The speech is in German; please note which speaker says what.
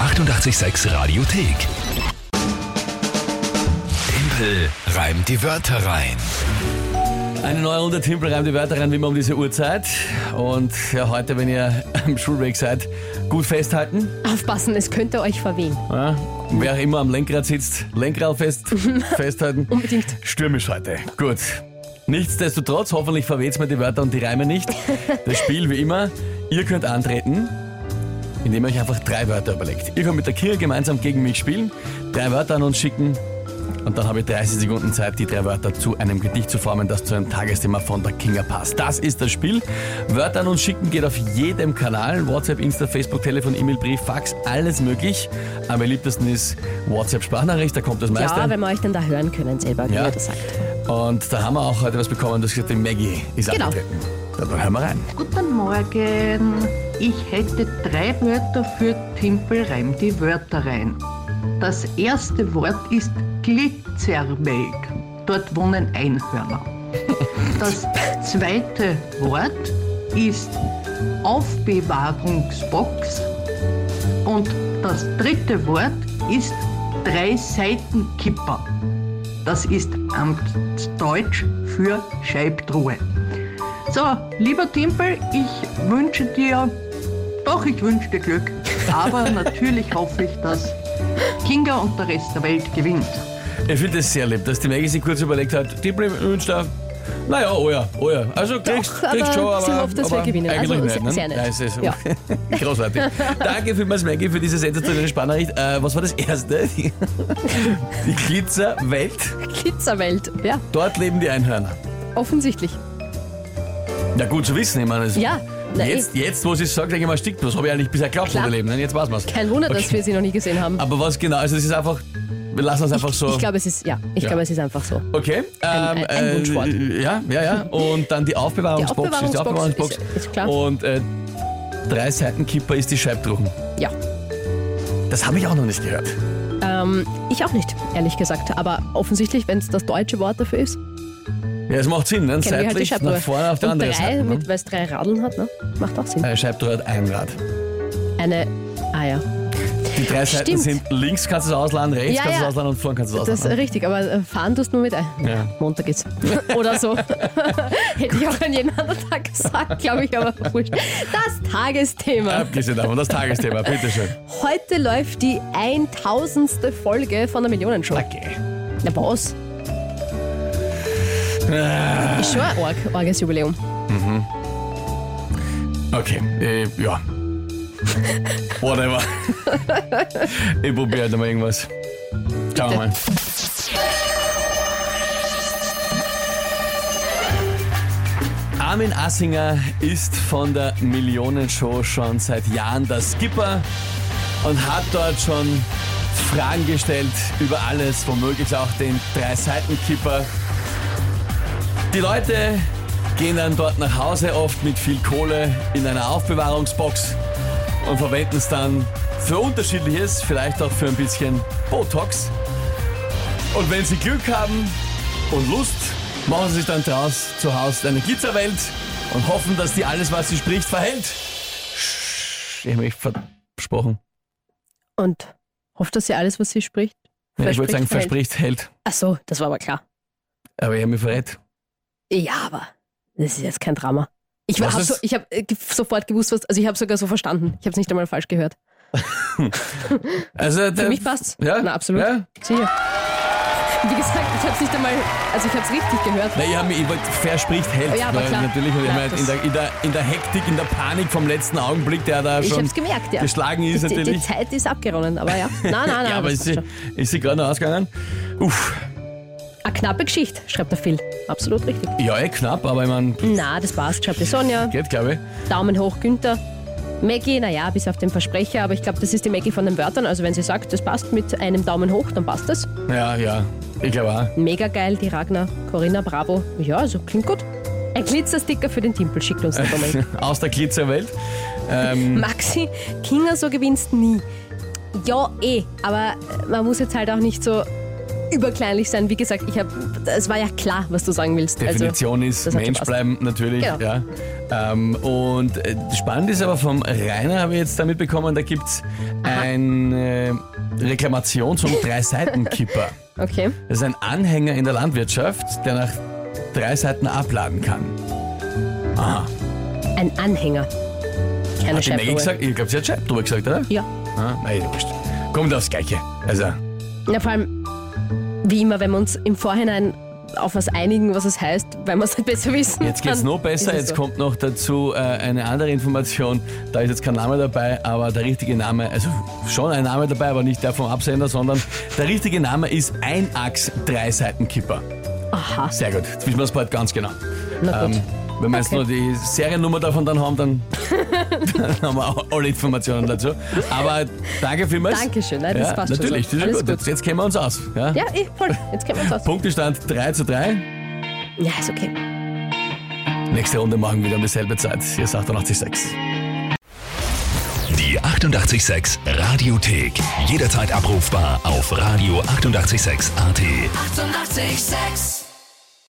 Speaker 1: 886 Radiothek. Tempel reimt die Wörter rein.
Speaker 2: Eine neue Runde Timpel reimt die Wörter rein, wie immer um diese Uhrzeit. Und ja, heute, wenn ihr am Schulweg seid, gut festhalten.
Speaker 3: Aufpassen, es könnte euch verwehen.
Speaker 2: Ja? Wer auch immer am Lenkrad sitzt, Lenkrad fest, festhalten.
Speaker 3: Unbedingt.
Speaker 2: Stürmisch heute. Gut. Nichtsdestotrotz, hoffentlich verweht's mir die Wörter und die Reime nicht. Das Spiel wie immer. Ihr könnt antreten, indem ihr euch einfach drei Wörter überlegt. Ihr könnt mit der Kira gemeinsam gegen mich spielen, drei Wörter an uns schicken und dann habe ich 30 Sekunden Zeit, die drei Wörter zu einem Gedicht zu formen, das zu einem Tagesthema von der Kinga passt. Das ist das Spiel. Wörter an uns schicken geht auf jedem Kanal. WhatsApp, Insta, Facebook, Telefon, E-Mail, Brief, Fax, alles möglich. Am beliebtesten ist WhatsApp-Sprachnachricht, da kommt das meiste.
Speaker 3: Ja, wenn wir euch dann da hören können selber, wie
Speaker 2: Ja.
Speaker 3: ihr das sagt.
Speaker 2: Und da haben wir auch heute was bekommen, das gesagt, die Maggie ist
Speaker 3: Genau.
Speaker 2: angetreten. Ja, dann hören wir rein.
Speaker 4: Guten Morgen. Ich hätte drei Wörter für Timpel reim die Wörter rein. Das erste Wort ist Glitzermelk. Dort wohnen Einhörner. Das zweite Wort ist Aufbewahrungsbox. Und das dritte Wort ist drei Seitenkipper. Das ist Amtsdeutsch für Scheibtruhe. So, lieber Timpel, ich wünsche dir, doch ich wünsche dir Glück. Aber natürlich hoffe ich, dass Kinga und der Rest der Welt gewinnt.
Speaker 2: Ich finde das sehr lieb, dass die Maggie sich kurz überlegt hat, die wünscht da, naja, oh ja, oh ja. Also kriegst,
Speaker 3: Doch,
Speaker 2: kriegst
Speaker 3: aber
Speaker 2: schon, aber...
Speaker 3: sie hofft, dass wir
Speaker 2: aber
Speaker 3: gewinnen.
Speaker 2: Eigentlich
Speaker 3: Also
Speaker 2: nicht, ne?
Speaker 3: sehr nett.
Speaker 2: Nein, es ist
Speaker 3: Ja.
Speaker 2: Großartig. Danke vielmals, Maggie, für diese sensationelle Spannericht. Äh, was war das Erste? Die, die Glitzerwelt.
Speaker 3: Glitzerwelt, ja,
Speaker 2: Dort leben die Einhörner.
Speaker 3: offensichtlich.
Speaker 2: Ja, gut zu wissen, ich meine... es-
Speaker 3: Ja, na, eh.
Speaker 2: Jetzt, jetzt, wo sie es sagt, denke ich mal, stickt was. Habe ich eigentlich bisher geglaubt,
Speaker 3: Klar.
Speaker 2: wo wir leben. ne? Jetzt weiß man es.
Speaker 3: Kein Wunder, dass wir sie noch nie gesehen haben.
Speaker 2: Aber was genau? Also, es ist einfach... Wir lassen es einfach so...
Speaker 3: Ich glaube, es ist, ja, ich
Speaker 2: Ja.
Speaker 3: glaube, es ist einfach so.
Speaker 2: Okay.
Speaker 3: Ein-
Speaker 2: ähm,
Speaker 3: ein- ein
Speaker 2: äh,
Speaker 3: Wunschwort.
Speaker 2: Ja, ja, ja. Und dann die Aufbewahrungsbox.
Speaker 3: Die
Speaker 2: ist die Aufbewahrungsbox.
Speaker 3: Aufbewahrungsbox ist- ist klar.
Speaker 2: Und äh, drei Seitenkipper ist die Scheibtruchen.
Speaker 3: Ja,
Speaker 2: Das habe ich auch noch nicht gehört.
Speaker 3: ähm, ich auch nicht, ehrlich gesagt. Aber offensichtlich, wenn es das deutsche Wort dafür ist,
Speaker 2: Ja, es macht Sinn, ne?
Speaker 3: kennen wir halt die
Speaker 2: Seitlich
Speaker 3: Scheibtruhe.
Speaker 2: nach vorne auf die
Speaker 3: Und
Speaker 2: andere
Speaker 3: drei,
Speaker 2: Seite. Ne?
Speaker 3: mit- weil es drei Radeln hat, ne? macht auch Sinn.
Speaker 2: Eine Scheibtruhe hat ein Rad.
Speaker 3: Eine, ah ja,
Speaker 2: Die drei Seiten
Speaker 3: Stimmt.
Speaker 2: sind links kannst du es ausladen, rechts
Speaker 3: Ja,
Speaker 2: kannst du es
Speaker 3: ja.
Speaker 2: ausladen und vorne kannst du es
Speaker 3: das ist
Speaker 2: ausladen.
Speaker 3: richtig, aber äh, fahren tust du nur mit ein.
Speaker 2: Ja.
Speaker 3: Montag geht's. Oder so. Hätte ich auch an jeden anderen Tag gesagt, glaube ich, aber wurscht. Das Tagesthema.
Speaker 2: Abgesehen davon, das Tagesthema, bitteschön.
Speaker 3: Heute läuft die 1000. Folge von der Millionenshow.
Speaker 2: Okay.
Speaker 3: Na was? Äh. Ist schon ein arg, arges Jubiläum.
Speaker 2: Okay, äh, ja. Whatever. ich probiere halt mal irgendwas. Schauen wir mal. Armin Assinger ist von der Millionenshow schon seit Jahren der Skipper und hat dort schon Fragen gestellt über alles, womöglich auch den Drei-Seiten-Kipper. Die Leute gehen dann dort nach Hause, oft mit viel Kohle in einer Aufbewahrungsbox und verwenden es dann für unterschiedliches, vielleicht auch für ein bisschen Botox. Und wenn sie Glück haben und Lust, machen sie sich dann draus zu Hause eine Glitzerwelt und hoffen, dass die alles, was sie spricht, verhält. Sch- Ich habe mich versprochen.
Speaker 3: Und hofft, dass sie alles, was sie spricht,
Speaker 2: Ja, ich wollte sagen,
Speaker 3: verhält.
Speaker 2: verspricht, hält.
Speaker 3: Ach so, das war aber klar.
Speaker 2: Aber ich habe mich verrät.
Speaker 3: Ja, aber das ist jetzt kein Drama. Ich
Speaker 2: Was
Speaker 3: habe
Speaker 2: ist-
Speaker 3: so, ich hab, äh, ge- sofort gewusst, was, also ich habe sogar so verstanden. Ich habe es nicht einmal falsch gehört.
Speaker 2: Also,
Speaker 3: Für mich passt's.
Speaker 2: Ja?
Speaker 3: Na, absolut.
Speaker 2: Ja?
Speaker 3: Sicher. Wie gesagt, ich habe es nicht einmal, also ich habe es richtig gehört.
Speaker 2: Na, ich habe mich, ich wollte, verspricht hält.
Speaker 3: Oh ja, aber
Speaker 2: weil
Speaker 3: klar.
Speaker 2: Natürlich, weil ich
Speaker 3: Ja,
Speaker 2: meine,
Speaker 3: das-
Speaker 2: in, der, in, der, in der Hektik, in der Panik vom letzten Augenblick, der da
Speaker 3: Ich
Speaker 2: schon
Speaker 3: hab's gemerkt, ja.
Speaker 2: geschlagen ist
Speaker 3: die, die, die
Speaker 2: natürlich.
Speaker 3: Zeit ist abgeronnen, aber ja. Nein, nein, nein.
Speaker 2: ja, aber
Speaker 3: das
Speaker 2: ist
Speaker 3: passt
Speaker 2: sie, ist sie gerade noch ausgegangen? Uff,
Speaker 3: schon. Eine knappe Geschichte, schreibt der Phil. Absolut richtig.
Speaker 2: ja, eh knapp, aber ich meine,
Speaker 3: Na, das passt, schreibt die Sonja.
Speaker 2: geht, glaube ich.
Speaker 3: Daumen hoch, Günther. Maggie, naja, bis auf den Versprecher, aber ich glaube, das ist die Maggie von den Wörtern. Also wenn sie sagt, das passt mit einem Daumen hoch, dann passt das.
Speaker 2: Ja, ja, ich glaube auch.
Speaker 3: Mega geil, die Ragnar. Corinna, bravo. Ja, also klingt gut. Ein Glitzersticker für den Timpel schickt uns doch mal.
Speaker 2: Aus der Glitzerwelt. Ähm,
Speaker 3: Maxi, äh, Kinder, so gewinnst nie. Ja, eh, aber man muss jetzt halt auch nicht so überkleinlich sein. Wie gesagt, ich habe, es war ja klar, was du sagen willst.
Speaker 2: Definition
Speaker 3: also,
Speaker 2: ist
Speaker 3: das hat schon
Speaker 2: Mensch
Speaker 3: passt.
Speaker 2: bleiben, natürlich.
Speaker 3: Genau.
Speaker 2: Ja. Ähm, und äh, spannend ist aber vom Rainer, habe ich jetzt damit bekommen, da gibt es eine Reklamation zum Drei-Seiten-Kipper.
Speaker 3: Okay.
Speaker 2: Das ist ein Anhänger in der Landwirtschaft, der nach drei Seiten abladen kann.
Speaker 3: Ein Anhänger. Keine
Speaker 2: Hat die Maggie
Speaker 3: Scheibdruhe.
Speaker 2: gesagt? Ich glaube, sie hat Scheibdruhe gesagt, oder?
Speaker 3: Ja.
Speaker 2: Ah, nein, du bist. Kommt aufs Gleiche. Also,
Speaker 3: Na, vor allem, wie immer, wenn wir uns im Vorhinein auf was einigen, was es heißt, weil wir es halt besser wissen.
Speaker 2: jetzt geht's
Speaker 3: dann
Speaker 2: noch besser.
Speaker 3: ist es
Speaker 2: Jetzt
Speaker 3: so.
Speaker 2: kommt noch dazu äh, eine andere Information. Da ist jetzt kein Name dabei, aber der richtige Name, also schon ein Name dabei, aber nicht der vom Absender, sondern der richtige Name ist Einachs Dreiseitenkipper.
Speaker 3: Aha,
Speaker 2: Sehr gut. Jetzt wissen wir es bald ganz genau.
Speaker 3: na gut.
Speaker 2: Ähm, wenn wir jetzt
Speaker 3: Okay.
Speaker 2: nur die Seriennummer davon dann haben, dann, dann haben wir auch alle Informationen dazu. Aber danke vielmals.
Speaker 3: Dankeschön, nein, das
Speaker 2: ja,
Speaker 3: passt schon
Speaker 2: Natürlich,
Speaker 3: so.
Speaker 2: das ist
Speaker 3: Alles
Speaker 2: gut.
Speaker 3: gut.
Speaker 2: Jetzt, jetzt kennen wir uns aus. Ja?
Speaker 3: ja, eh, voll. Jetzt kennen wir uns aus.
Speaker 2: Punktestand 3 zu 3.
Speaker 3: Ja, ist okay.
Speaker 2: Nächste Runde morgen wieder um dieselbe Zeit. Hier ist 886.
Speaker 1: Die 886 Radiothek. Jederzeit abrufbar auf radio886.at. 886! 886.
Speaker 5: 886